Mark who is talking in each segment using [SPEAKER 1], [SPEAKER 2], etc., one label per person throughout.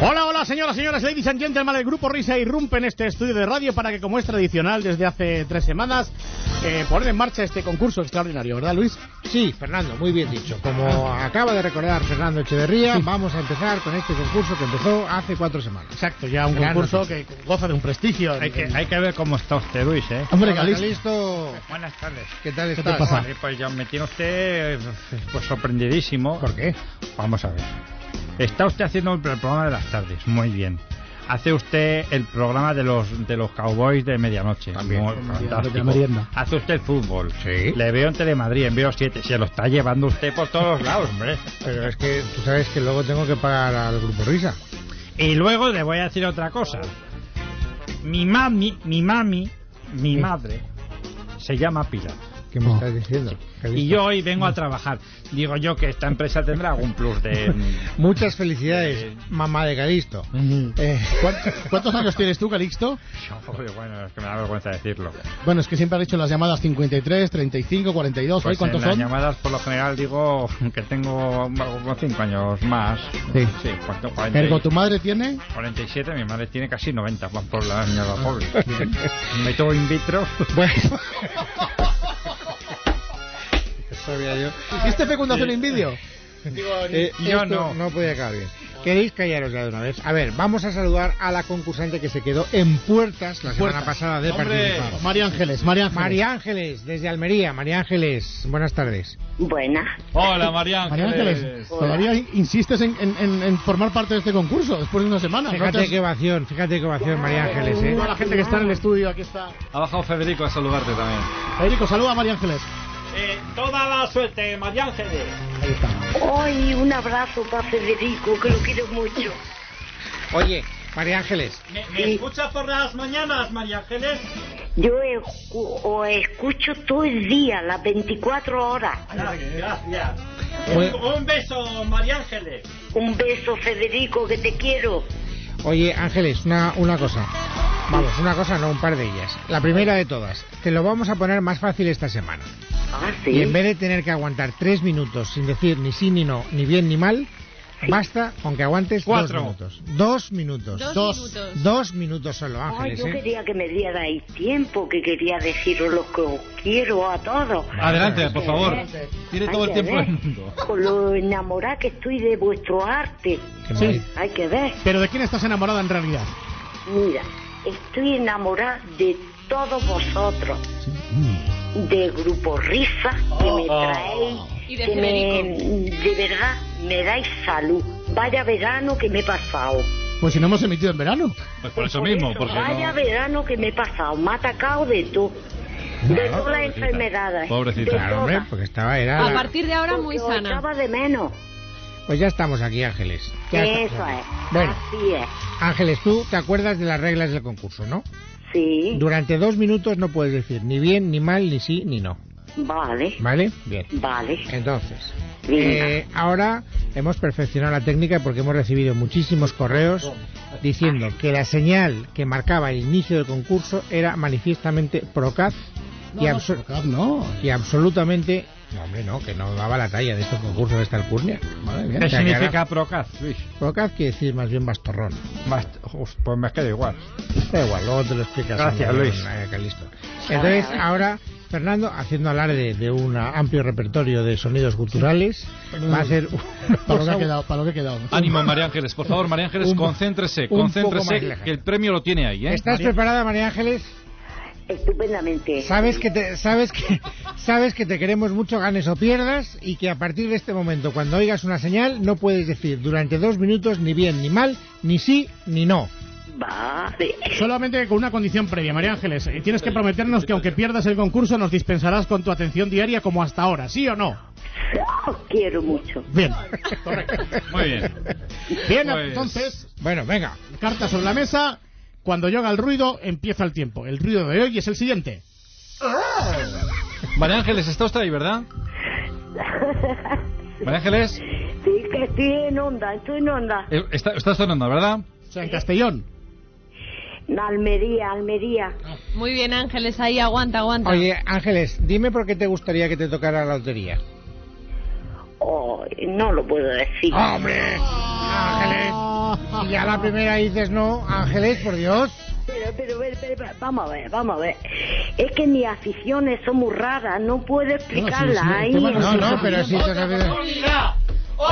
[SPEAKER 1] Hola, hola, señoras, señores, ladies and gentlemen, el grupo Risa irrumpe en este estudio de radio para que, como es tradicional desde hace tres semanas, eh, poner en marcha este concurso extraordinario, ¿verdad, Luis?
[SPEAKER 2] Sí, Fernando, muy bien dicho. Como acaba de recordar Fernando Echeverría, vamos a empezar con este concurso que empezó hace cuatro semanas.
[SPEAKER 1] Exacto, ya un
[SPEAKER 2] Gran
[SPEAKER 1] concurso
[SPEAKER 2] noticia.
[SPEAKER 1] que goza de un prestigio.
[SPEAKER 3] Hay que,
[SPEAKER 1] En-
[SPEAKER 3] hay que ver cómo está usted, Luis, ¿eh?
[SPEAKER 1] Hombre,
[SPEAKER 2] Hola,
[SPEAKER 1] Calixto.
[SPEAKER 2] Calixto,
[SPEAKER 3] Buenas tardes.
[SPEAKER 2] ¿qué tal
[SPEAKER 1] te
[SPEAKER 2] estás?
[SPEAKER 1] pasa?
[SPEAKER 3] Joder, pues ya me tiene usted eh, pues, sorprendidísimo.
[SPEAKER 2] ¿Por qué?
[SPEAKER 3] Vamos a ver. Está usted haciendo el programa de las tardes, muy bien. Hace usted el programa de los de los cowboys de medianoche.
[SPEAKER 2] También.
[SPEAKER 3] Muy
[SPEAKER 2] De
[SPEAKER 1] de
[SPEAKER 3] fantástico.
[SPEAKER 1] merienda.
[SPEAKER 3] Hace usted el fútbol.
[SPEAKER 2] Sí.
[SPEAKER 3] Le veo en Telemadrid, en Veo 7. Se lo está llevando usted por todos lados, hombre.
[SPEAKER 2] Pero es que tú sabes que luego tengo que pagar al grupo Risa.
[SPEAKER 3] Y luego le voy a decir otra cosa. Mi mami, mi mami, mi madre, se llama Pilar.
[SPEAKER 2] ¿Qué me
[SPEAKER 1] Oh.
[SPEAKER 2] estás diciendo? Calixto?
[SPEAKER 3] Y yo hoy vengo a trabajar. Digo yo que esta empresa tendrá algún plus de...
[SPEAKER 2] Muchas
[SPEAKER 1] Eh.
[SPEAKER 2] felicidades, mamá de Calixto. Eh,
[SPEAKER 1] ¿Cuántos, cuántos años tienes tú, Calixto?
[SPEAKER 3] Joder, bueno, es que me da vergüenza decirlo.
[SPEAKER 1] Bueno, es que siempre has dicho en las llamadas 53, 35, 42, ¿eh?
[SPEAKER 3] Pues en
[SPEAKER 1] ¿cuántos
[SPEAKER 3] las
[SPEAKER 1] son?
[SPEAKER 3] llamadas por lo general digo que tengo como cinco años más.
[SPEAKER 1] Sí.
[SPEAKER 3] cuánto, Cuarenta y-
[SPEAKER 1] Ergo, ¿tu madre tiene?
[SPEAKER 3] 47, mi madre tiene casi 90, más por la mierda
[SPEAKER 1] Ah.
[SPEAKER 3] pobre. Me tuvo in vitro.
[SPEAKER 2] bueno. Sabía yo.
[SPEAKER 1] ¿Hiciste fecundación in vídeo?
[SPEAKER 2] Eh,
[SPEAKER 3] Yo
[SPEAKER 2] esto
[SPEAKER 3] no.
[SPEAKER 2] No podía acabar bien. ¿Queréis callaros ya de una vez? A ver, vamos a saludar a la concursante que se quedó en puertas la semana pasada de participar.
[SPEAKER 1] María Ángeles, María Ángeles.
[SPEAKER 2] María Ángeles, desde Almería. María Ángeles, buenas tardes.
[SPEAKER 4] Buena.
[SPEAKER 3] Hola, María
[SPEAKER 1] María Ángeles, todavía insistes en, en- en- en formar parte de este concurso después de una semana. ¿no? Te
[SPEAKER 2] Fíjate
[SPEAKER 1] has-
[SPEAKER 2] qué ovación, fíjate qué ovación, María Ángeles, ¿eh?
[SPEAKER 1] Toda la gente que está en el estudio, aquí está.
[SPEAKER 3] Ha bajado Federico a saludarte también.
[SPEAKER 1] Federico, saluda a María Ángeles.
[SPEAKER 3] toda la suerte, María Ángeles.
[SPEAKER 1] Ahí está.
[SPEAKER 4] Hoy un abrazo para Federico, que lo quiero mucho.
[SPEAKER 2] Oye, María Ángeles,
[SPEAKER 3] ¿Me,
[SPEAKER 4] Sí.
[SPEAKER 3] escuchas por las mañanas, María Ángeles?
[SPEAKER 4] Yo escu- os escucho todo el día, las 24 horas.
[SPEAKER 3] Gracias.
[SPEAKER 2] Bueno.
[SPEAKER 3] beso, María Ángeles.
[SPEAKER 4] Un beso, Federico, que te quiero.
[SPEAKER 2] oye, Ángeles, una, una cosa. Vamos, una cosa, no, un par de ellas. La primera de todas, te lo vamos a poner más fácil esta semana.
[SPEAKER 4] Ah,
[SPEAKER 2] Y
[SPEAKER 4] sí.
[SPEAKER 2] en vez de tener que aguantar tres minutos sin decir ni sí ni no, ni bien ni mal, basta con que aguantes
[SPEAKER 3] Cuatro.
[SPEAKER 2] dos minutos. Dos minutos.
[SPEAKER 5] Dos minutos.
[SPEAKER 2] Dos minutos solo,
[SPEAKER 4] Ay,
[SPEAKER 2] Ángeles.
[SPEAKER 4] yo
[SPEAKER 2] ¿eh?
[SPEAKER 4] quería que me dierais tiempo, que quería deciros lo que os quiero a todos.
[SPEAKER 3] Adelante, ¿eh? Pues por favor.
[SPEAKER 4] Tiene
[SPEAKER 3] todo el tiempo del mundo.
[SPEAKER 4] Con lo enamorada que estoy de vuestro arte.
[SPEAKER 2] Que me-
[SPEAKER 1] Sí.
[SPEAKER 4] Hay que ver.
[SPEAKER 1] Pero ¿de quién estás enamorada en realidad?
[SPEAKER 4] Mira, estoy enamorada de todos vosotros. De Grupo Risa, que me
[SPEAKER 2] Oh.
[SPEAKER 4] traéis.
[SPEAKER 5] Y de
[SPEAKER 4] que me, de verdad me dais salud. Vaya verano que me he pasado.
[SPEAKER 1] Pues si no hemos emitido en verano.
[SPEAKER 3] Pues por eso mismo, porque
[SPEAKER 4] Vaya
[SPEAKER 3] no...
[SPEAKER 4] verano que me he pasado. Me ha atacado de todo. de todas las
[SPEAKER 3] pobrecita.
[SPEAKER 4] enfermedades.
[SPEAKER 3] Pobrecita.
[SPEAKER 4] de
[SPEAKER 2] Claro, hombre,
[SPEAKER 4] todas.
[SPEAKER 2] porque estaba era
[SPEAKER 5] A
[SPEAKER 2] la-
[SPEAKER 5] partir de ahora
[SPEAKER 4] Porque
[SPEAKER 5] muy
[SPEAKER 4] os
[SPEAKER 5] sana.
[SPEAKER 4] echaba de menos.
[SPEAKER 2] Pues ya estamos aquí, Ángeles. Ya
[SPEAKER 4] Eso
[SPEAKER 2] estamos
[SPEAKER 4] es.
[SPEAKER 2] aquí. Bueno,
[SPEAKER 4] Así es.
[SPEAKER 2] Ángeles, tú te acuerdas de las reglas del concurso, ¿no?
[SPEAKER 4] Sí.
[SPEAKER 2] Durante dos minutos no puedes decir ni bien, ni mal, ni sí, ni no.
[SPEAKER 4] Vale.
[SPEAKER 2] ¿Vale? Bien.
[SPEAKER 4] Vale.
[SPEAKER 2] Entonces,
[SPEAKER 4] Venga.
[SPEAKER 2] eh, ahora hemos perfeccionado la técnica porque hemos recibido muchísimos correos diciendo que la señal que marcaba el inicio del concurso era manifiestamente procaz y, abso-
[SPEAKER 1] No,
[SPEAKER 2] y absolutamente... No, hombre, no, que no daba la talla de estos concursos de esta alcurnia.
[SPEAKER 1] madre mía.
[SPEAKER 3] ¿Qué
[SPEAKER 2] O sea, que ahora-
[SPEAKER 3] significa Procaz, Luis?
[SPEAKER 2] Procaz quiere decir más bien bastorrón.
[SPEAKER 3] Más- Uf, pues me queda igual.
[SPEAKER 2] Da igual, luego te lo explicas.
[SPEAKER 3] Gracias,
[SPEAKER 2] hombre,
[SPEAKER 3] Luis.
[SPEAKER 2] eh, Calisto. Entonces, ahora Fernando, haciendo alarde de un amplio repertorio de sonidos culturales, va a hacer
[SPEAKER 1] Para lo
[SPEAKER 2] una
[SPEAKER 1] que
[SPEAKER 2] cosa-
[SPEAKER 1] ha quedado, para lo que ha quedado.
[SPEAKER 6] Ánimo, María Ángeles, por favor, María Ángeles,
[SPEAKER 2] Un po-
[SPEAKER 6] concéntrese,
[SPEAKER 2] un poco más
[SPEAKER 6] concéntrese,
[SPEAKER 2] lejano.
[SPEAKER 6] que el premio lo tiene ahí, ¿eh?
[SPEAKER 2] ¿Estás preparada, María Ángeles?
[SPEAKER 4] Estupendamente.
[SPEAKER 2] Sabes que te sabes que sabes que te queremos mucho, ganes o pierdas, y que a partir de este momento, cuando oigas una señal, no puedes decir durante dos minutos ni bien ni mal, ni sí ni no.
[SPEAKER 4] Vale.
[SPEAKER 1] Solamente con una condición previa, María Ángeles. Eh, Tienes que prometernos que aunque pierdas el concurso nos dispensarás con tu atención diaria como hasta ahora, ¿sí o no?
[SPEAKER 4] Os quiero mucho.
[SPEAKER 1] Bien. Correcto.
[SPEAKER 6] Muy bien.
[SPEAKER 1] Bien,
[SPEAKER 6] Pues-
[SPEAKER 1] entonces,
[SPEAKER 2] Bueno, venga.
[SPEAKER 1] cartas sobre la mesa. Cuando llega el ruido, empieza el tiempo. El ruido de hoy es el siguiente.
[SPEAKER 6] María Ángeles, está usted ahí, ¿verdad? María Ángeles,
[SPEAKER 4] Sí, que estoy en onda, estoy en onda.
[SPEAKER 6] eh, está, está sonando, ¿verdad?
[SPEAKER 1] O sea, en Castellón.
[SPEAKER 4] En Almería, Almería.
[SPEAKER 5] Muy bien, Ángeles, ahí aguanta, aguanta.
[SPEAKER 2] Oye, Ángeles, dime por qué te gustaría que te tocara la lotería.
[SPEAKER 4] Oh, no lo puedo decir.
[SPEAKER 2] Ah, ¡Hombre! Ángeles.
[SPEAKER 1] Ah,
[SPEAKER 2] si ya la primera dices no, Ángeles, por Dios.
[SPEAKER 4] Pero, pero, pero, pero, pero, vamos a ver, vamos a ver. Es que mis aficiones son muy raras, no puedo explicarlas.
[SPEAKER 2] sí,
[SPEAKER 4] ahí
[SPEAKER 2] el tema
[SPEAKER 4] en-
[SPEAKER 2] No, no, pero Pues sí, eso es pues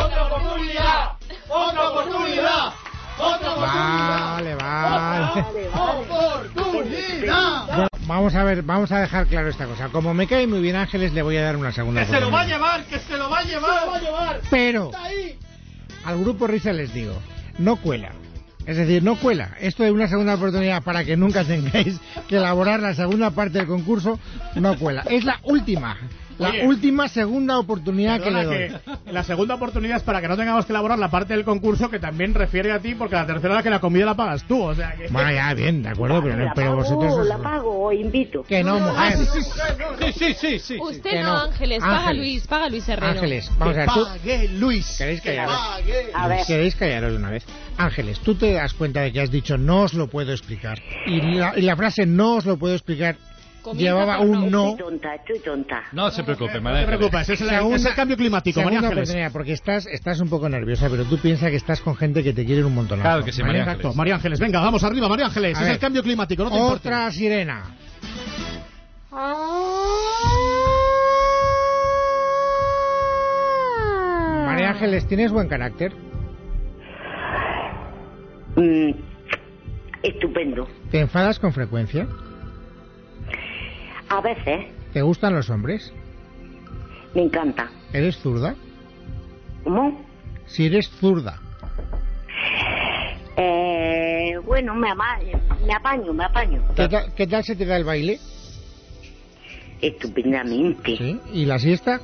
[SPEAKER 2] Vale, vale.
[SPEAKER 4] Vale, vale.
[SPEAKER 2] Ya, Vamos a ver, vamos a dejar claro esta cosa. Como me cae muy bien Ángeles, le voy a dar una segunda.
[SPEAKER 1] ¡Que se lo va a
[SPEAKER 2] oportunidad.
[SPEAKER 1] llevar! ¡Que se lo va a llevar! ¡Se lo va a llevar!
[SPEAKER 2] Pero
[SPEAKER 1] ahí!
[SPEAKER 2] al grupo Risa les digo, no cuela. Es decir, no cuela. Esto es una segunda oportunidad para que nunca tengáis que elaborar la segunda parte del concurso. No cuela. Es la última. La
[SPEAKER 1] Oye.
[SPEAKER 2] última segunda oportunidad que le
[SPEAKER 1] Perdona
[SPEAKER 2] doy.
[SPEAKER 1] que la segunda oportunidad es para que no tengamos que elaborar la parte del concurso que también refiere a ti, porque la tercera que la comida la pagas tú, o sea que...
[SPEAKER 2] Bueno, ya, bien, de acuerdo, pero, no-
[SPEAKER 4] la
[SPEAKER 2] pero
[SPEAKER 4] pago,
[SPEAKER 2] vosotros... os-
[SPEAKER 4] la pago, os invito.
[SPEAKER 2] Que no, mujer.
[SPEAKER 3] Sí, sí, sí, sí.
[SPEAKER 5] Usted
[SPEAKER 2] que
[SPEAKER 5] no,
[SPEAKER 2] no.
[SPEAKER 5] Ángeles, paga
[SPEAKER 2] Ángeles.
[SPEAKER 5] Luis, paga Luis Herrero.
[SPEAKER 2] Ángeles, vamos a ver, tú...
[SPEAKER 1] pague, Luis!
[SPEAKER 2] ¿Queréis
[SPEAKER 1] que
[SPEAKER 2] callaros?
[SPEAKER 1] pague!
[SPEAKER 4] A ver.
[SPEAKER 2] ¿Queréis callaros de una vez? Ángeles, tú te das cuenta de que has dicho no os lo puedo explicar. Y la, y la frase no os lo puedo explicar
[SPEAKER 5] Comienza
[SPEAKER 2] llevaba
[SPEAKER 5] por
[SPEAKER 2] un no.
[SPEAKER 4] Estoy tonta, estoy tonta.
[SPEAKER 3] No se preocupe,
[SPEAKER 1] No te
[SPEAKER 3] María Ángeles.
[SPEAKER 1] preocupes, es el,
[SPEAKER 2] Segunda-
[SPEAKER 1] es el cambio climático, María
[SPEAKER 2] segunda
[SPEAKER 1] Ángeles.
[SPEAKER 2] oportunidad, porque estás, estás un poco nerviosa, pero tú piensas que estás con gente que te quiere un montón.
[SPEAKER 3] Claro que sí, María
[SPEAKER 1] Exacto,
[SPEAKER 3] Ángeles.
[SPEAKER 1] Pues María Ángeles, venga, vamos arriba, María Ángeles.
[SPEAKER 2] A
[SPEAKER 1] es
[SPEAKER 2] ver.
[SPEAKER 1] el cambio climático, no te
[SPEAKER 2] Otra
[SPEAKER 1] importes.
[SPEAKER 2] sirena.
[SPEAKER 5] Ah,
[SPEAKER 2] María Ángeles, tienes buen carácter.
[SPEAKER 4] Mm, estupendo.
[SPEAKER 2] ¿Te enfadas con frecuencia?
[SPEAKER 4] A veces
[SPEAKER 2] ¿Te gustan los hombres?
[SPEAKER 4] me encanta.
[SPEAKER 2] ¿Eres zurda?
[SPEAKER 4] ¿Cómo?
[SPEAKER 2] Si eres zurda,
[SPEAKER 4] Eh, bueno, me, ama- me apaño, me apaño.
[SPEAKER 2] ¿qué tal, qué tal se te da el baile?
[SPEAKER 4] Estupendamente.
[SPEAKER 2] ¿Sí? ¿Y la siesta?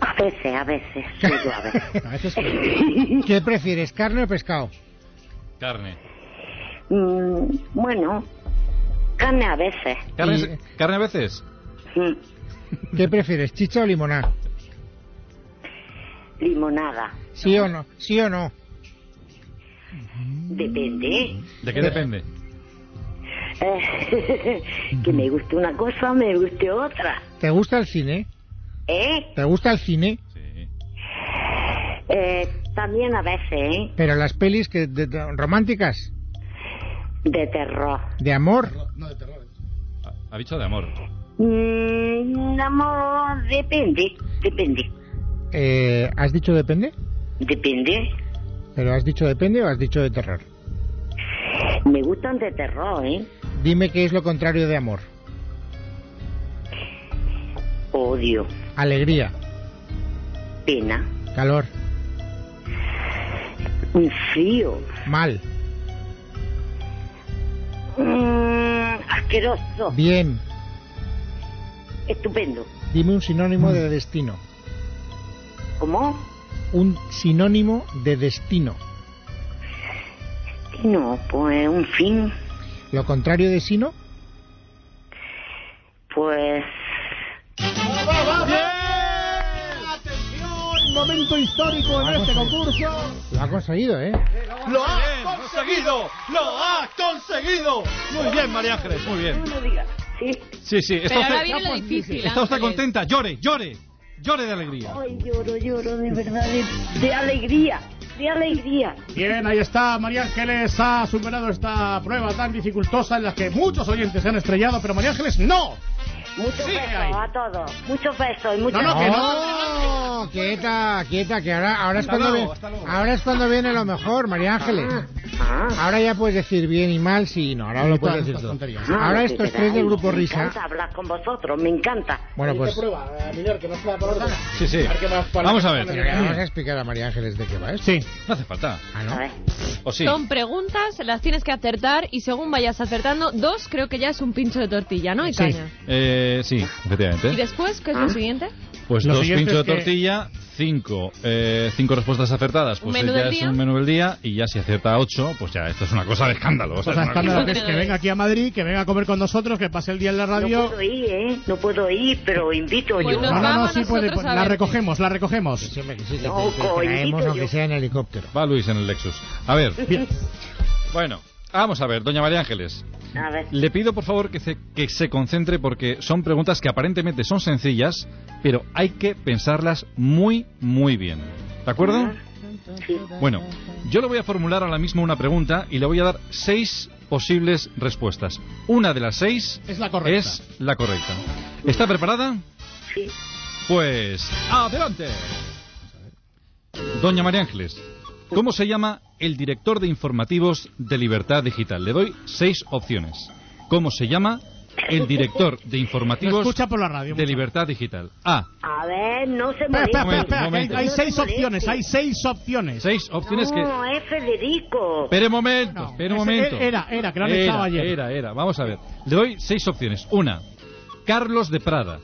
[SPEAKER 4] A veces, a veces, solo a veces.
[SPEAKER 2] A veces ¿Qué prefieres, carne o pescado?
[SPEAKER 3] Carne.
[SPEAKER 4] Mm, bueno, carne a veces.
[SPEAKER 3] ¿Carne, carne a veces?
[SPEAKER 4] Mm,
[SPEAKER 2] ¿Qué prefieres, chicha o limonada?
[SPEAKER 4] limonada.
[SPEAKER 2] ¿Sí o no? ¿Sí o no?
[SPEAKER 4] Depende.
[SPEAKER 3] ¿De qué depende?
[SPEAKER 4] Eh, que me guste una cosa o me guste otra.
[SPEAKER 2] ¿Te gusta el cine?
[SPEAKER 4] ¿Eh?
[SPEAKER 2] ¿Te gusta el cine?
[SPEAKER 3] Sí.
[SPEAKER 4] Eh, también a veces, ¿eh?
[SPEAKER 2] Pero las pelis que de- de- románticas,
[SPEAKER 4] De terror.
[SPEAKER 2] de amor,
[SPEAKER 1] eh.
[SPEAKER 3] Ha- Ha dicho de amor.
[SPEAKER 4] Mm, amor, depende, depende.
[SPEAKER 2] eh, ¿has dicho depende?
[SPEAKER 4] Depende.
[SPEAKER 2] ¿Pero has dicho depende o has dicho de terror?
[SPEAKER 4] Me gustan de terror, ¿eh?
[SPEAKER 2] Dime qué es lo contrario de amor.
[SPEAKER 4] Odio,
[SPEAKER 2] Alegría,
[SPEAKER 4] pena,
[SPEAKER 2] calor,
[SPEAKER 4] un frío,
[SPEAKER 2] mal,
[SPEAKER 4] mm, asqueroso,
[SPEAKER 2] bien.
[SPEAKER 4] estupendo.
[SPEAKER 2] Dime un sinónimo de destino.
[SPEAKER 4] ¿Cómo?
[SPEAKER 2] Un sinónimo de destino.
[SPEAKER 4] No, pues un fin,
[SPEAKER 2] Lo contrario de sino,
[SPEAKER 4] pues...
[SPEAKER 1] ¡Atención! Momento histórico en este concurso.
[SPEAKER 2] lo ha conseguido, ¿eh?
[SPEAKER 1] ¡Lo ha conseguido! ¡Lo ha conseguido!
[SPEAKER 3] Muy bien, María Ángeles, muy bien.
[SPEAKER 4] No diga, sí.
[SPEAKER 3] Sí, sí.
[SPEAKER 5] Pero
[SPEAKER 3] ¿Está
[SPEAKER 5] ahora
[SPEAKER 3] usted,
[SPEAKER 5] viene lo difícil.
[SPEAKER 3] está usted
[SPEAKER 5] Ángeles.
[SPEAKER 3] contenta? Llore, llore. Llore de alegría.
[SPEAKER 4] Ay, lloro, lloro, de verdad, de, de alegría, de alegría.
[SPEAKER 1] Bien, ahí está. María Ángeles ha superado esta prueba tan dificultosa en la que muchos oyentes se han estrellado, pero María Ángeles no.
[SPEAKER 4] Muchos
[SPEAKER 1] Sí,
[SPEAKER 4] besos
[SPEAKER 1] ahí.
[SPEAKER 4] a todos, muchos besos y muchas
[SPEAKER 1] No, que
[SPEAKER 2] ¡Oh! Quieta, quieta, que ahora, ahora, es
[SPEAKER 3] Hasta
[SPEAKER 2] cuando
[SPEAKER 3] luego,
[SPEAKER 2] ve-
[SPEAKER 3] hasta luego.
[SPEAKER 2] ahora es cuando viene lo mejor, María Ángeles.
[SPEAKER 4] Ah,
[SPEAKER 2] Ahora ya puedes decir bien y mal, sí y no, ahora lo
[SPEAKER 1] Y todas
[SPEAKER 2] puedes decir
[SPEAKER 1] estas
[SPEAKER 2] todo.
[SPEAKER 1] tonterías.
[SPEAKER 4] ah,
[SPEAKER 2] Ahora
[SPEAKER 4] de
[SPEAKER 2] estos
[SPEAKER 4] verdad,
[SPEAKER 2] tres del
[SPEAKER 4] ay,
[SPEAKER 2] grupo
[SPEAKER 4] Me
[SPEAKER 2] Risa.
[SPEAKER 4] encanta hablar con vosotros, me encanta.
[SPEAKER 2] Bueno, pues
[SPEAKER 1] prueba, Miguel, que no se la
[SPEAKER 3] Sí, sí. Vamos a ver.
[SPEAKER 2] venga, vamos a explicar a María Ángeles de qué va esto.
[SPEAKER 1] Sí. pues
[SPEAKER 3] No hace falta.
[SPEAKER 2] Ah,
[SPEAKER 4] A ver.
[SPEAKER 2] ¿no?
[SPEAKER 3] ¿O sí?
[SPEAKER 5] Son preguntas, las tienes que acertar y según vayas acertando, dos creo que ya es un pincho de tortilla, ¿no? Y caña.
[SPEAKER 3] Eh, sí,
[SPEAKER 5] ¿Y
[SPEAKER 3] efectivamente.
[SPEAKER 5] después qué es lo siguiente?
[SPEAKER 3] Pues
[SPEAKER 1] Lo
[SPEAKER 3] dos
[SPEAKER 1] siguiente
[SPEAKER 3] pinchos de
[SPEAKER 1] es que-
[SPEAKER 3] tortilla, cinco, eh, cinco respuestas acertadas,
[SPEAKER 5] ¿Un
[SPEAKER 3] pues
[SPEAKER 5] menú
[SPEAKER 3] ya
[SPEAKER 5] del
[SPEAKER 3] es
[SPEAKER 5] día?
[SPEAKER 3] un menú del día. Y ya si acierta ocho, pues ya esto es una cosa de escándalo. o sea,
[SPEAKER 1] Cosa
[SPEAKER 3] es una cosa-
[SPEAKER 1] estándar que es que venga aquí a Madrid, que venga a comer con nosotros, que pase el día en la
[SPEAKER 4] No
[SPEAKER 1] radio.
[SPEAKER 4] puedo ir, ¿eh? No puedo ir, pero invito
[SPEAKER 5] Pues
[SPEAKER 4] yo.
[SPEAKER 5] Nos
[SPEAKER 1] No, no, no,
[SPEAKER 5] vamos
[SPEAKER 1] sí puede.
[SPEAKER 5] nosotros a
[SPEAKER 1] La
[SPEAKER 5] verte.
[SPEAKER 1] recogemos, la
[SPEAKER 2] Que
[SPEAKER 1] recogemos.
[SPEAKER 2] siempre que sí, que
[SPEAKER 4] No,
[SPEAKER 2] te- te traemos,
[SPEAKER 4] coincido
[SPEAKER 2] aunque
[SPEAKER 4] yo.
[SPEAKER 2] sea en helicóptero.
[SPEAKER 3] Va Luis en el Lexus. A ver,
[SPEAKER 1] Bien.
[SPEAKER 3] bueno, vamos a ver, doña María Ángeles.
[SPEAKER 4] A ver.
[SPEAKER 3] Le pido por favor que se, que se concentre porque son preguntas que aparentemente son sencillas, pero hay que pensarlas muy, muy bien. ¿De acuerdo?
[SPEAKER 4] Ajá. Sí.
[SPEAKER 3] Bueno, yo le voy a formular ahora mismo una pregunta y le voy a dar seis posibles respuestas. Una de las seis
[SPEAKER 1] Es la correcta.
[SPEAKER 3] es la correcta. ¿Está preparada?
[SPEAKER 4] Sí.
[SPEAKER 3] Pues adelante. Doña María Ángeles, ¿cómo se llama el director de informativos de Libertad Digital? Le doy seis opciones. ¿Cómo se llama el director de
[SPEAKER 1] Lo
[SPEAKER 3] informativos
[SPEAKER 1] escucha por la radio.
[SPEAKER 3] de
[SPEAKER 1] mucho.
[SPEAKER 3] Libertad Digital? A.
[SPEAKER 4] A ver, no se
[SPEAKER 1] Espera,
[SPEAKER 4] moleste.
[SPEAKER 1] espera, espera, espera,
[SPEAKER 3] Momento,
[SPEAKER 1] que hay-
[SPEAKER 3] momento.
[SPEAKER 1] hay,
[SPEAKER 4] No
[SPEAKER 1] seis
[SPEAKER 4] te
[SPEAKER 1] opciones,
[SPEAKER 4] molestes.
[SPEAKER 1] hay seis opciones.
[SPEAKER 3] Seis opciones que.
[SPEAKER 4] No, es Federico.
[SPEAKER 3] Espere un momento, espere un
[SPEAKER 1] ese
[SPEAKER 3] momento.
[SPEAKER 1] era, era, que lo han
[SPEAKER 3] Era,
[SPEAKER 1] echado ayer.
[SPEAKER 3] Era, era. Vamos a ver. Le doy seis opciones. Una, Carlos de Prada.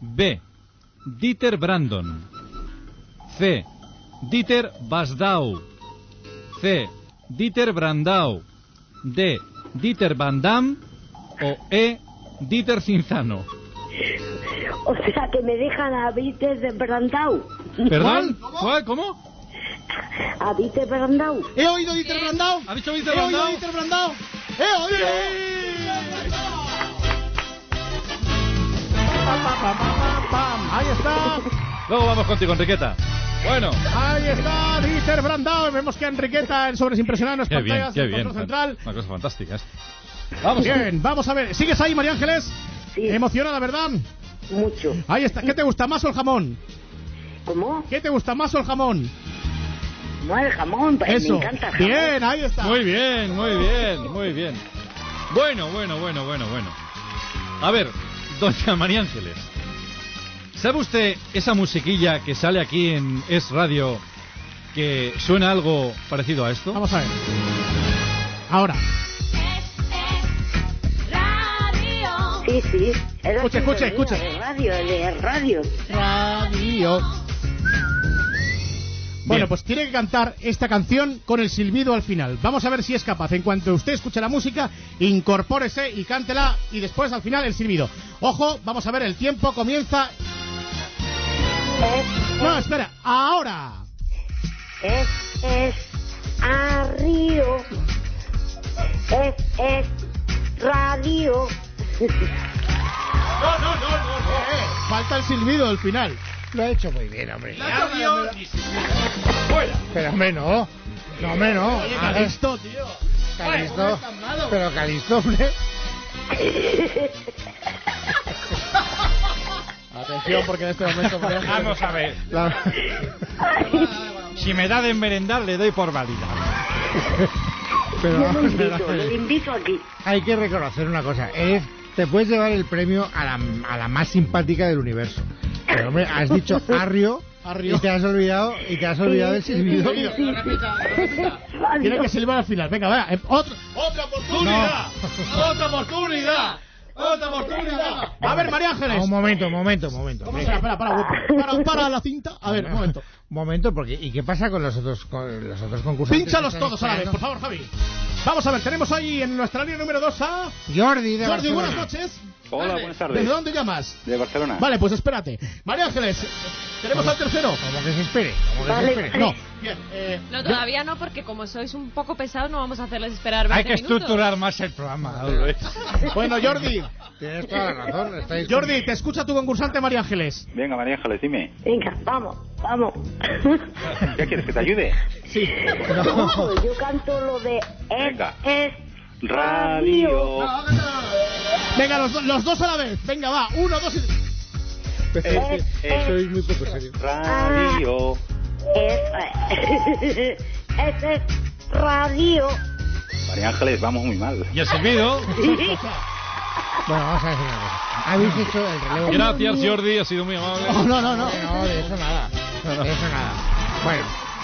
[SPEAKER 3] B, Dieter Brandon. C, Dieter Basdau. C, Dieter Brandau. D, Dieter Van Damme. O E, Dieter Cinzano.
[SPEAKER 4] O sea, que me dejan a Vite de Brandau.
[SPEAKER 3] ¿Perdón? ¿Cuál? ¿Cómo?
[SPEAKER 4] A Vite Brandau.
[SPEAKER 1] ¿He oído Dieter Brandau?
[SPEAKER 3] ¿Ha dicho Dieter
[SPEAKER 1] ¿He oído
[SPEAKER 3] Brandau?
[SPEAKER 1] Dieter Brandau? ¡He oído! Pa, pa, pa, pa, pa, pam. Ahí está,
[SPEAKER 3] Luego vamos contigo, Enriqueta. Bueno.
[SPEAKER 1] ahí está Dieter Brandau. Vemos que Enriqueta en sobresimpresionar las
[SPEAKER 3] Qué bien,
[SPEAKER 1] pantallas
[SPEAKER 3] qué
[SPEAKER 1] del
[SPEAKER 3] bien.
[SPEAKER 1] control central.
[SPEAKER 3] Una cosa fantástica. ¿eh? esta.
[SPEAKER 1] Vamos bien, vamos a ver. ¿Sigues ahí, María Ángeles?
[SPEAKER 4] Sí.
[SPEAKER 1] Emocionada, ¿verdad?
[SPEAKER 4] Mucho.
[SPEAKER 1] Ahí está. ¿Qué te gusta más o el jamón?
[SPEAKER 4] ¿Cómo?
[SPEAKER 1] ¿Qué te gusta más o el jamón?
[SPEAKER 4] No, el jamón. pues,
[SPEAKER 1] Eso.
[SPEAKER 4] Me encanta el jamón.
[SPEAKER 1] Bien, ahí está.
[SPEAKER 3] Muy bien, muy bien, muy bien. Bueno, bueno, bueno, bueno, bueno. A ver, doña María Ángeles. ¿Sabe usted esa musiquilla que sale aquí en Es Radio que suena algo parecido a esto?
[SPEAKER 1] Vamos a ver. Ahora.
[SPEAKER 4] Sí, sí. Era
[SPEAKER 1] ah. Escucha, escucha, escucha.
[SPEAKER 4] De radio, de radio.
[SPEAKER 1] Radio. Bueno,
[SPEAKER 3] Bien.
[SPEAKER 1] pues tiene que cantar esta canción con el silbido al final. Vamos a ver si es capaz. En cuanto usted escuche la música, incorpórese y cántela y después al final el silbido. Ojo, vamos a ver, el tiempo comienza.
[SPEAKER 4] Es,
[SPEAKER 1] No, espera, ahora.
[SPEAKER 4] es, es, a río. Es, es, radio.
[SPEAKER 1] Falta el silbido al final.
[SPEAKER 2] Lo ha hecho muy bien, hombre. Pero hombre, no. No, hombre, no.
[SPEAKER 1] Oye,
[SPEAKER 2] A ver,
[SPEAKER 1] Calisto, tío.
[SPEAKER 2] Calisto. Pero Calisto, hombre.
[SPEAKER 1] Atención, porque en este momento.
[SPEAKER 7] Vamos a ver.
[SPEAKER 2] La-
[SPEAKER 7] Si me da de merendar, le doy por válida.
[SPEAKER 2] Pero
[SPEAKER 4] Yo lo
[SPEAKER 2] vamos a ver,
[SPEAKER 4] invito, lo
[SPEAKER 7] ¿eh?
[SPEAKER 2] hombre.
[SPEAKER 4] invito aquí.
[SPEAKER 2] Hay que reconocer una cosa. Es, te puedes llevar el premio a la, a la más simpática del universo. Pero hombre, has dicho arrio.
[SPEAKER 1] Arrio.
[SPEAKER 2] Y te has olvidado, y te has olvidado del silbido.
[SPEAKER 1] Tiene que silbar al final. Venga, vaya. eh, otro- ¡Otra oportunidad! ¡Otra oportunidad! ¡Otra oportunidad! A ver, María
[SPEAKER 2] Ah,
[SPEAKER 1] Ángeles.
[SPEAKER 2] un momento, un momento, un momento.
[SPEAKER 1] ¿Cómo
[SPEAKER 2] hombre.
[SPEAKER 1] será? Para, para, para, para la cinta. A ver, un momento.
[SPEAKER 2] Un momento, porque ¿y qué pasa con los otros, con los otros concursantes?
[SPEAKER 1] Pínchalos
[SPEAKER 2] que están
[SPEAKER 1] todos a la vez, por
[SPEAKER 2] esperando?
[SPEAKER 1] favor, Javi. Vamos a ver, tenemos ahí en nuestra línea número 2 a.
[SPEAKER 2] Jordi de
[SPEAKER 1] Jordi, buenas
[SPEAKER 2] Barcelona.
[SPEAKER 1] noches.
[SPEAKER 8] Hola, buenas tardes.
[SPEAKER 1] ¿Desde dónde llamas?
[SPEAKER 8] De Barcelona.
[SPEAKER 1] Vale, pues espérate. María Ángeles, tenemos al tercero.
[SPEAKER 2] Como que se espere, como que
[SPEAKER 4] Vale.
[SPEAKER 2] se espere.
[SPEAKER 1] No, bien. Eh,
[SPEAKER 5] No, todavía no, porque como sois un poco pesados, no vamos a hacerles esperar 20
[SPEAKER 7] Hay que
[SPEAKER 5] minutos.
[SPEAKER 7] estructurar más el programa.
[SPEAKER 1] bueno, Jordi.
[SPEAKER 2] Tienes toda la razón. estáis-
[SPEAKER 1] Jordi, te escucha tu concursante María Ángeles.
[SPEAKER 8] Venga, María Ángeles, dime.
[SPEAKER 4] Venga, vamos, vamos.
[SPEAKER 8] ¿Qué quieres? ¿Que te ayude?
[SPEAKER 1] Sí.
[SPEAKER 4] No, yo canto lo de es,
[SPEAKER 8] Venga.
[SPEAKER 4] es
[SPEAKER 8] Radio.
[SPEAKER 1] Venga, los, do- los dos a la vez. Venga, va. Uno, dos y.
[SPEAKER 2] Pues
[SPEAKER 8] Eh,
[SPEAKER 2] es que
[SPEAKER 8] eh.
[SPEAKER 2] sois muy poco serio.
[SPEAKER 8] Radio.
[SPEAKER 4] es, eh, es, es radio.
[SPEAKER 8] María Ángeles, vamos muy mal.
[SPEAKER 3] Y el silbido.
[SPEAKER 2] Bueno, vamos a decir una cosa. Habéis hecho el relevo.
[SPEAKER 3] Gracias, Jordi, ha sido muy amable.
[SPEAKER 1] Oh, No, no, no, no.
[SPEAKER 2] No, no, de eso nada. De eso nada. Bueno,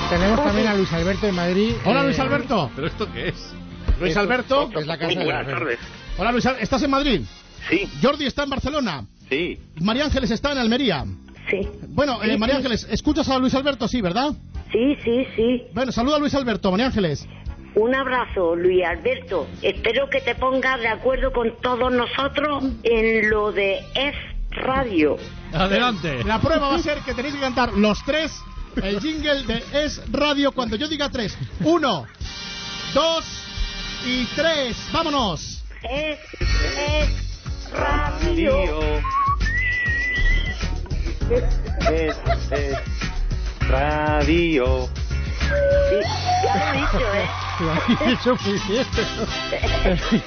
[SPEAKER 2] tenemos también a Luis Alberto de Madrid.
[SPEAKER 1] Hola
[SPEAKER 2] eh,
[SPEAKER 1] Luis Alberto.
[SPEAKER 3] ¿Pero esto qué es?
[SPEAKER 1] Luis Alberto.
[SPEAKER 2] Es la casa de
[SPEAKER 8] buenas
[SPEAKER 2] Alberto.
[SPEAKER 8] tardes.
[SPEAKER 1] Hola Luis, Al- ¿estás en Madrid?
[SPEAKER 8] Sí,
[SPEAKER 1] Jordi está en Barcelona.
[SPEAKER 8] sí,
[SPEAKER 1] María Ángeles está en Almería.
[SPEAKER 4] Sí,
[SPEAKER 1] Bueno, eh, María Ángeles, ¿escuchas a Luis Alberto? Sí, ¿verdad?
[SPEAKER 4] sí, sí, sí.
[SPEAKER 1] Bueno, saluda a Luis Alberto, María Ángeles.
[SPEAKER 4] Un abrazo, Luis Alberto. Espero que te pongas de acuerdo con todos nosotros en lo de es radio.
[SPEAKER 3] Adelante.
[SPEAKER 1] Eh, La prueba va a ser que tenéis que cantar los tres el jingle de Es Radio cuando yo diga tres. Uno, dos y tres. ¡Vámonos!
[SPEAKER 4] Es, es radio.
[SPEAKER 8] Es, es, Radio.
[SPEAKER 4] Sí, ya lo he dicho, ¿eh?
[SPEAKER 2] Lo habéis suficiente.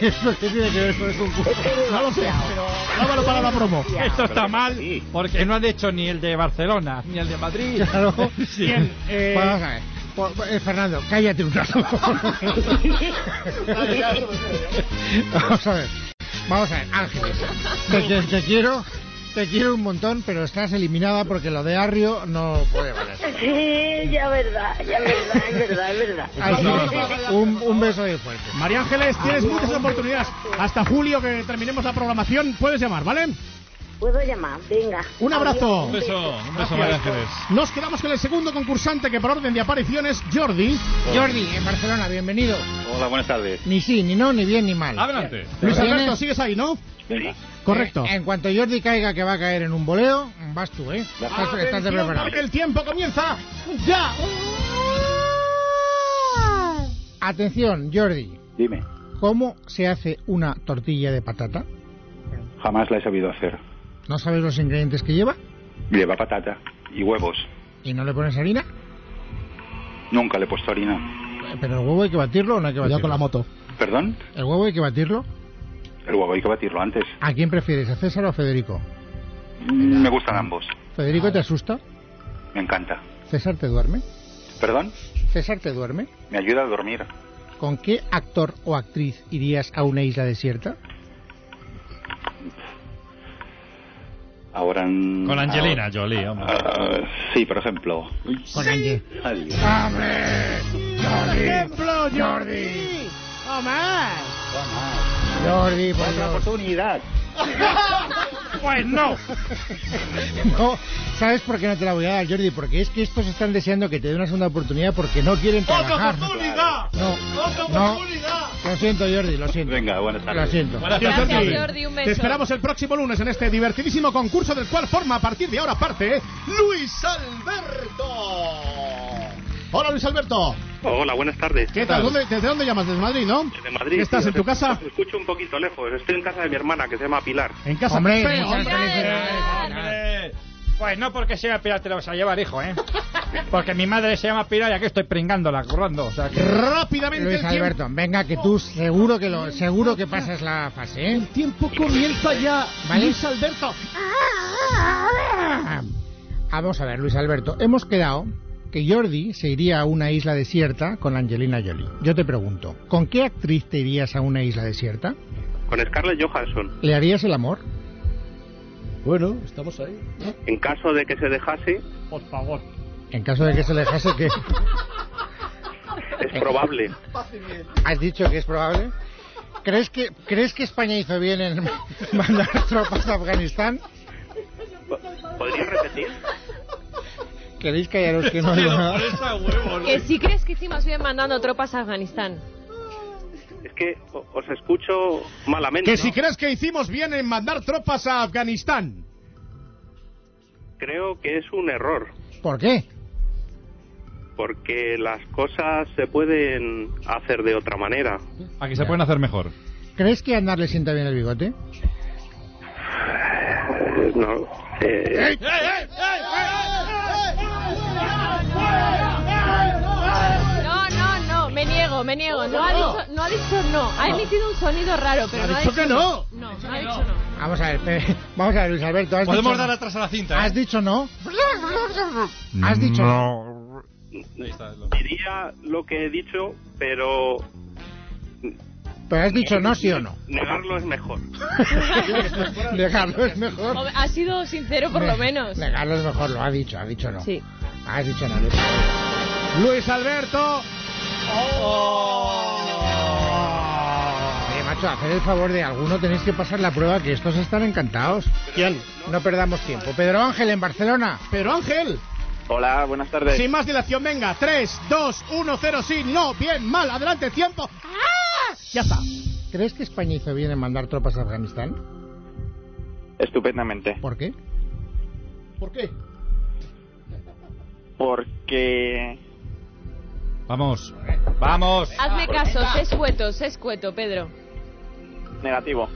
[SPEAKER 2] ¿Eso qué tiene que ver con el concurso?
[SPEAKER 1] No lo sé, pero dámelo para la promo.
[SPEAKER 7] Esto está
[SPEAKER 8] Pero
[SPEAKER 7] mal
[SPEAKER 8] sí.
[SPEAKER 7] porque no han hecho ni el de Barcelona ni el de Madrid.
[SPEAKER 2] Claro.
[SPEAKER 7] Sí.
[SPEAKER 1] Bien, eh,
[SPEAKER 2] Vamos a ver. Por- eh, Fernando, cállate un rato. Vamos a ver. Vamos a ver, Ángeles. Te, te- te quiero, te quiero un montón, pero estás eliminada porque lo de Arrio no puede valer.
[SPEAKER 4] Sí, ya verdad, ya verdad, es verdad, es verdad.
[SPEAKER 2] Así que, un, un beso de fuerte.
[SPEAKER 1] María Ángeles, tienes muchas oportunidades. Hasta julio que terminemos la programación, puedes llamar, ¿vale?
[SPEAKER 4] Puedo llamar, venga.
[SPEAKER 1] Un abrazo.
[SPEAKER 4] Adiós,
[SPEAKER 3] Un beso, un beso,
[SPEAKER 1] Gracias.
[SPEAKER 3] María Ángeles.
[SPEAKER 1] Nos quedamos con el segundo concursante que por orden de aparición es Jordi.
[SPEAKER 2] Jordi, en Barcelona, bienvenido.
[SPEAKER 8] Hola, buenas tardes.
[SPEAKER 2] Ni sí, ni no, ni bien, ni mal.
[SPEAKER 3] Adelante.
[SPEAKER 1] Luis
[SPEAKER 2] ¿Lo
[SPEAKER 1] Alberto,
[SPEAKER 2] tienes?
[SPEAKER 1] sigues ahí, ¿no?
[SPEAKER 8] Venga.
[SPEAKER 1] Correcto.
[SPEAKER 2] Eh, en cuanto Jordi caiga, que va a caer en un voleo, vas tú, ¿eh? Estás, estás de
[SPEAKER 1] Atención,
[SPEAKER 2] preparado.
[SPEAKER 1] porque el tiempo comienza ya.
[SPEAKER 2] Atención, Jordi.
[SPEAKER 8] Dime,
[SPEAKER 2] ¿Cómo se hace una tortilla de patata?
[SPEAKER 8] jamás la he sabido hacer.
[SPEAKER 2] ¿No sabes los ingredientes que lleva?
[SPEAKER 8] Lleva patata y huevos.
[SPEAKER 2] ¿Y no le pones harina?
[SPEAKER 8] Nunca le he puesto harina.
[SPEAKER 2] Eh, ¿Pero el huevo hay que batirlo o no hay que
[SPEAKER 1] Cuidado con la
[SPEAKER 2] batirlo?
[SPEAKER 1] moto.
[SPEAKER 8] ¿Perdón?
[SPEAKER 2] ¿El huevo hay que batirlo?
[SPEAKER 8] El huevo hay que batirlo antes.
[SPEAKER 2] ¿A quién prefieres, a César o a Federico?
[SPEAKER 8] Mm, Me gustan ambos.
[SPEAKER 2] ¿Federico te asusta?
[SPEAKER 8] Me encanta.
[SPEAKER 2] ¿César te duerme?
[SPEAKER 8] ¿Perdón?
[SPEAKER 2] ¿César te duerme?
[SPEAKER 8] Me ayuda a dormir.
[SPEAKER 2] ¿Con qué actor o actriz irías a una isla desierta?
[SPEAKER 8] Ahora en...
[SPEAKER 7] Con Angelina
[SPEAKER 8] ahora-
[SPEAKER 7] Jolie, hombre.
[SPEAKER 8] Ah, sí, por ejemplo.
[SPEAKER 2] Con Angie.
[SPEAKER 8] Adiós.
[SPEAKER 1] Por ejemplo, Jordi. ¡Hombre!
[SPEAKER 2] Jordi, por
[SPEAKER 8] Otra
[SPEAKER 2] favor.
[SPEAKER 8] oportunidad.
[SPEAKER 7] Pues no. pues.
[SPEAKER 2] No, ¿sabes por qué no te la voy a dar, Jordi? Porque es que estos están deseando que te dé una segunda oportunidad porque no quieren trabajar.
[SPEAKER 1] oportunidad!
[SPEAKER 2] No,
[SPEAKER 1] ¡Otra
[SPEAKER 2] no.
[SPEAKER 1] oportunidad!
[SPEAKER 2] Lo siento, Jordi, lo siento.
[SPEAKER 8] Venga, buenas tardes.
[SPEAKER 2] Lo siento.
[SPEAKER 5] Gracias, Jordi, un beso.
[SPEAKER 1] Te esperamos el próximo lunes en este divertidísimo concurso del cual forma a partir de ahora parte Luis Alberto. Hola Luis Alberto.
[SPEAKER 9] Hola, buenas tardes.
[SPEAKER 1] ¿Qué tal? ¿Dónde- ¿Desde dónde llamas? ¿Desde Madrid, no?
[SPEAKER 9] De Madrid.
[SPEAKER 1] ¿Estás
[SPEAKER 9] sí,
[SPEAKER 1] en tu
[SPEAKER 9] os escucho-
[SPEAKER 1] casa?
[SPEAKER 9] os Escucho un poquito lejos. Estoy en casa de mi hermana que se llama Pilar.
[SPEAKER 1] En casa.
[SPEAKER 2] Hombre,
[SPEAKER 1] Pero,
[SPEAKER 2] muchas
[SPEAKER 1] hombre,
[SPEAKER 7] Pues no porque sea Pilar te lo vas a llevar, hijo, ¿eh? Porque mi madre se llama Pilar y aquí estoy pringándola, currando. O sea que...
[SPEAKER 1] Rápidamente el
[SPEAKER 2] Luis
[SPEAKER 1] tiempo-
[SPEAKER 2] Alberto, venga que tú seguro que lo seguro que pasas la fase, ¿eh?
[SPEAKER 1] El tiempo comienza ya,
[SPEAKER 2] ¿Vale? Ah,
[SPEAKER 1] Luis Alberto.
[SPEAKER 2] Vamos a ver, Luis Alberto, hemos quedado que Jordi se iría a una isla desierta con Angelina Jolie. Yo te pregunto, ¿con qué actriz te irías a una isla desierta?
[SPEAKER 9] Con Scarlett Johansson.
[SPEAKER 2] ¿Le harías el amor?
[SPEAKER 1] Bueno, estamos ahí.
[SPEAKER 9] En caso de que se dejase,
[SPEAKER 1] Por favor.
[SPEAKER 2] En caso de que se le dejase que
[SPEAKER 9] es probable.
[SPEAKER 2] has dicho que es probable. ¿Crees que crees que España hizo bien en mandar tropas a Afganistán?
[SPEAKER 9] ¿Podrías repetir?
[SPEAKER 2] ¿Queréis callaros que no digo nada?
[SPEAKER 5] Que si crees que hicimos bien mandando tropas a Afganistán.
[SPEAKER 9] Es que o- os escucho malamente.
[SPEAKER 1] Que si crees que hicimos bien en mandar tropas a Afganistán.
[SPEAKER 9] Creo que es un error.
[SPEAKER 2] ¿Por qué?
[SPEAKER 9] Porque las cosas se pueden hacer de otra manera.
[SPEAKER 7] Aquí se pueden hacer mejor.
[SPEAKER 2] ¿Crees que andar le sienta bien el bigote?
[SPEAKER 9] Eh, No. eh,
[SPEAKER 5] No, no, no, me niego, me niego. No ha dicho no. Ha, dicho no. ha emitido un sonido raro, pero
[SPEAKER 1] Ha
[SPEAKER 5] no ha
[SPEAKER 1] dicho
[SPEAKER 5] dicho
[SPEAKER 1] que no.
[SPEAKER 5] No, no ha dicho no.
[SPEAKER 2] Vamos a ver, pe- vamos a ver, Luis Alberto. ¿has dicho no?
[SPEAKER 7] atrás a la cinta. ¿eh?
[SPEAKER 2] ¿Has dicho no? ¿Has dicho no?
[SPEAKER 9] diría lo que he dicho, pero
[SPEAKER 2] Pero has dicho no, sí o no.
[SPEAKER 9] negarlo es mejor.
[SPEAKER 2] Negarlo es mejor.
[SPEAKER 5] Hombre, Ha sido sincero por lo
[SPEAKER 2] Ne-
[SPEAKER 5] menos.
[SPEAKER 2] Negarlo es mejor, lo ha dicho, ha dicho no.
[SPEAKER 5] Sí.
[SPEAKER 2] Has Ah, dicho no. Luis.
[SPEAKER 1] Luis Alberto. Oh.
[SPEAKER 2] Oye, macho, hacer el favor de alguno tenéis que pasar la prueba que estos están encantados.
[SPEAKER 1] ¿Quién?
[SPEAKER 2] No perdamos tiempo. Pedro Ángel en Barcelona.
[SPEAKER 1] Pero Ángel.
[SPEAKER 8] Hola, buenas tardes.
[SPEAKER 1] Sin más dilación, venga. 3, 2, 1, 0, sí, no, bien, mal, adelante, tiempo. ¡Ah! Ya está.
[SPEAKER 2] ¿Crees que España hizo bien en mandar tropas a Afganistán?
[SPEAKER 8] Estupendamente.
[SPEAKER 2] ¿Por qué?
[SPEAKER 1] ¿Por qué?
[SPEAKER 8] Porque...
[SPEAKER 7] Vamos. Vamos.
[SPEAKER 5] Hazme caso, sé escueto, sé escueto, Pedro.
[SPEAKER 8] Negativo.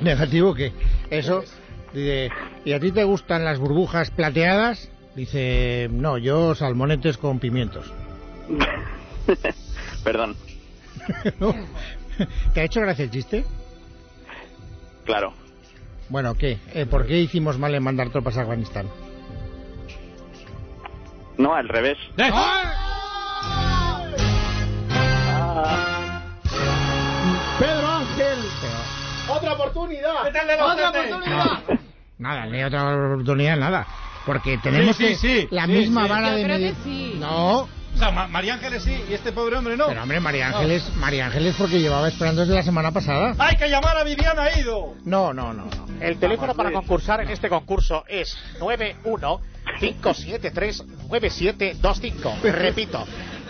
[SPEAKER 2] ¿Negativo qué? Eso. dice, ¿Y a ti te gustan las burbujas plateadas? Dice, no, yo salmonetes con pimientos.
[SPEAKER 8] Perdón,
[SPEAKER 2] ¿Te ha hecho gracia el chiste?
[SPEAKER 8] claro.
[SPEAKER 2] Bueno, ¿qué? Eh, ¿Por qué hicimos mal en mandar tropas a Afganistán?
[SPEAKER 8] No, al revés.
[SPEAKER 3] ¡Eh!
[SPEAKER 1] Pedro Ángel. Otra oportunidad. Otra oportunidad.
[SPEAKER 2] Nada, ni otra oportunidad, nada. Porque tenemos
[SPEAKER 7] Sí,
[SPEAKER 2] que
[SPEAKER 7] sí, sí.
[SPEAKER 2] la
[SPEAKER 7] Sí,
[SPEAKER 2] misma
[SPEAKER 7] sí.
[SPEAKER 2] vara
[SPEAKER 5] Yo
[SPEAKER 2] de
[SPEAKER 5] creo que
[SPEAKER 2] medir.
[SPEAKER 5] sí.
[SPEAKER 2] No,
[SPEAKER 7] O sea, Ma- María Ángeles sí y este pobre hombre no.
[SPEAKER 2] pero hombre, María Ángeles, María Ángeles porque llevaba esperando desde la semana pasada.
[SPEAKER 7] ¡Hay que llamar a Viviana Ido!
[SPEAKER 2] No, no, no, no.
[SPEAKER 10] El teléfono para concursar en este concurso es 91 573 9725. Repito,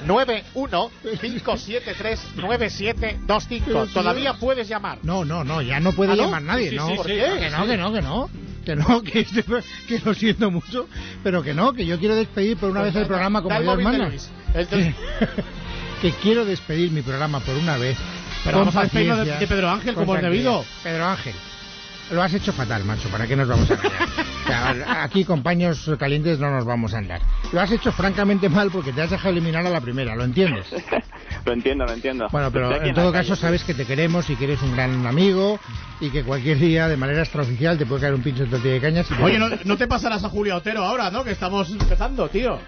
[SPEAKER 10] 91 573 9725. Todavía puedes llamar.
[SPEAKER 2] No, no, no, ya no puede
[SPEAKER 10] ¿Ah, no?
[SPEAKER 2] llamar nadie,
[SPEAKER 7] Sí, sí,
[SPEAKER 2] ¿no?
[SPEAKER 7] sí,
[SPEAKER 2] ¿Por
[SPEAKER 7] sí,
[SPEAKER 2] qué?
[SPEAKER 7] sí,
[SPEAKER 2] Que no, que no, que no. Que no, que, que lo siento mucho, pero que no, que yo quiero despedir por una vez el programa como
[SPEAKER 10] Da el
[SPEAKER 2] Dios
[SPEAKER 10] móvil de
[SPEAKER 2] manda.
[SPEAKER 10] Luis. El tel-
[SPEAKER 2] que quiero despedir mi programa por una vez.
[SPEAKER 1] Pero
[SPEAKER 2] con
[SPEAKER 1] vamos a despedirnos de-
[SPEAKER 2] paciencia,
[SPEAKER 1] de Pedro Ángel,
[SPEAKER 2] con
[SPEAKER 1] como es debido.
[SPEAKER 2] tranquilidad. Pedro Ángel, lo has hecho fatal, macho. ¿Para qué nos vamos a engañar? O sea, Aquí con paños calientes no nos vamos a andar. Lo has hecho francamente mal porque te has dejado eliminar a la primera, ¿lo entiendes?
[SPEAKER 8] lo entiendo, lo entiendo.
[SPEAKER 2] Bueno, pero
[SPEAKER 8] Estoy aquí
[SPEAKER 2] en
[SPEAKER 8] la
[SPEAKER 2] todo
[SPEAKER 8] calle.
[SPEAKER 2] caso sabes que te queremos y que eres un gran amigo y que cualquier día de manera extraoficial te puede caer un pincho en tortilla de cañas. y te-
[SPEAKER 1] Oye, no, no te pasarás a Julio Otero ahora, ¿no? Que estamos empezando, tío.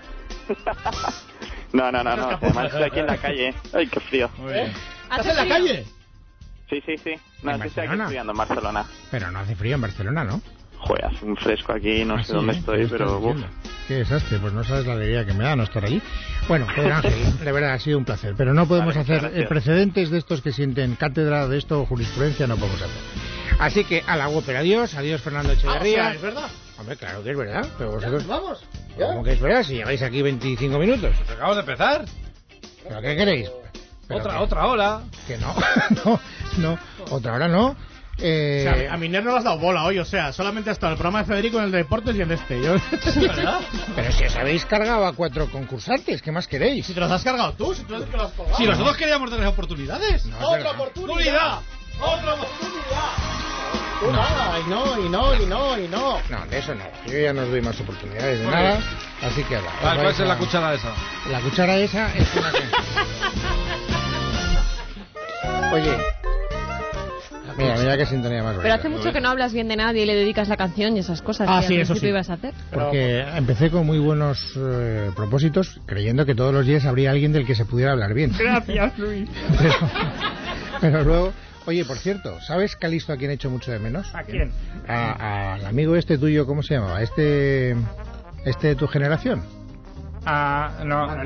[SPEAKER 8] No, no, no, no. Además estoy aquí en la calle. Ay, qué frío.
[SPEAKER 1] ¿Eh? ¿Estás en la
[SPEAKER 5] frío?
[SPEAKER 1] calle?
[SPEAKER 8] Sí, sí, sí. No,
[SPEAKER 2] ¿En
[SPEAKER 8] sí estoy aquí
[SPEAKER 2] Barcelona?
[SPEAKER 8] estudiando en Barcelona.
[SPEAKER 2] Pero no hace frío en Barcelona, ¿no?
[SPEAKER 8] Joder, hace un fresco aquí, no
[SPEAKER 2] Ah, sí,
[SPEAKER 8] sé dónde
[SPEAKER 2] ¿eh?
[SPEAKER 8] estoy,
[SPEAKER 2] Lo estás
[SPEAKER 8] pero... uf.
[SPEAKER 2] diciendo. Qué desastre, pues no sabes la alegría que me da no estar allí. Bueno, Pedro Ángel, de verdad ha sido un placer, pero no podemos
[SPEAKER 8] Vale,
[SPEAKER 2] hacer
[SPEAKER 8] gracias.
[SPEAKER 2] eh, precedentes de estos que sienten cátedra de esto o jurisprudencia, no podemos hacer. Así que a la ópera, adiós, adiós Fernando
[SPEAKER 1] Ah, o sea,
[SPEAKER 2] Echeverría.
[SPEAKER 1] es verdad.
[SPEAKER 2] Hombre, claro que es verdad, pero vosotros...
[SPEAKER 1] Vamos.
[SPEAKER 2] ¿Cómo que es verdad? Si lleváis aquí 25 minutos.
[SPEAKER 3] Acabamos de empezar.
[SPEAKER 2] ¿Pero qué queréis? ¿Pero
[SPEAKER 3] Otra,
[SPEAKER 2] qué?
[SPEAKER 3] otra hora.
[SPEAKER 2] Que no, no, no, otra hora no. Eh,
[SPEAKER 1] O sea, a Miner no le has dado bola hoy, o sea, solamente ha estado el programa de Federico en el de deportes y en este. Yo...
[SPEAKER 2] Pero si os habéis cargado a cuatro concursantes, ¿qué más queréis?
[SPEAKER 1] Si te los has cargado tú, si tú eres el que los has Ah. colgado.
[SPEAKER 3] Si nosotros queríamos darles oportunidades.
[SPEAKER 2] No, es
[SPEAKER 1] ¡Otra
[SPEAKER 2] verdad.
[SPEAKER 1] oportunidad! ¡Otra oportunidad!
[SPEAKER 2] No.
[SPEAKER 1] Nada, y no, y no, y no, y no.
[SPEAKER 2] No, de eso nada. Yo ya no os doy más oportunidades de nada. Así que ahora. os
[SPEAKER 3] Vale, ¿Cuál
[SPEAKER 2] vais
[SPEAKER 3] es la
[SPEAKER 2] a-
[SPEAKER 3] cuchara esa?
[SPEAKER 2] La cuchara esa es una que... Oye. Mira, mira qué sintonía más
[SPEAKER 5] Pero
[SPEAKER 2] bonita.
[SPEAKER 5] hace mucho que no hablas bien de nadie y le dedicas la canción y esas cosas.
[SPEAKER 1] Ah,
[SPEAKER 5] que
[SPEAKER 1] sí,
[SPEAKER 5] al
[SPEAKER 1] eso sí.
[SPEAKER 5] principio ibas a hacer.
[SPEAKER 2] Porque empecé con muy buenos eh, propósitos, creyendo que todos los días habría alguien del que se pudiera hablar bien.
[SPEAKER 1] Gracias, Luis.
[SPEAKER 2] Pero, pero luego, oye, por cierto, ¿sabes Calisto a quién he hecho mucho de menos?
[SPEAKER 1] ¿A quién?
[SPEAKER 2] A- Al amigo este tuyo, ¿cómo se llamaba? Este, este de tu generación.
[SPEAKER 7] Ah, no.
[SPEAKER 2] A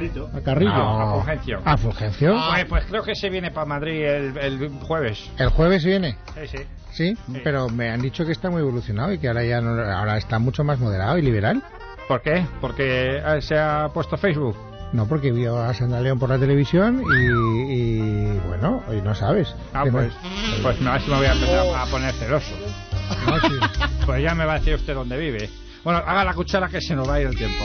[SPEAKER 2] Carrillo.
[SPEAKER 7] No, a Fulgencio.
[SPEAKER 2] A Fulgencio.
[SPEAKER 7] Pues, pues creo que se viene para Madrid el, el jueves.
[SPEAKER 2] El jueves viene,
[SPEAKER 7] Sí, sí.
[SPEAKER 2] ¿sí? Pero me han dicho que está muy evolucionado y que ahora ya no- ahora está mucho más moderado y liberal.
[SPEAKER 7] ¿Por qué? Porque eh, se ha puesto Facebook.
[SPEAKER 2] No, porque vio a Sandra León por la televisión y, y, bueno, hoy no sabes.
[SPEAKER 7] Ah,
[SPEAKER 2] Que no-
[SPEAKER 7] pues, pues no, así me voy a empezar a poner celoso.
[SPEAKER 2] no, sí.
[SPEAKER 7] Pues ya me va a decir usted dónde vive. Bueno, haga la cuchara que se nos va a ir el tiempo.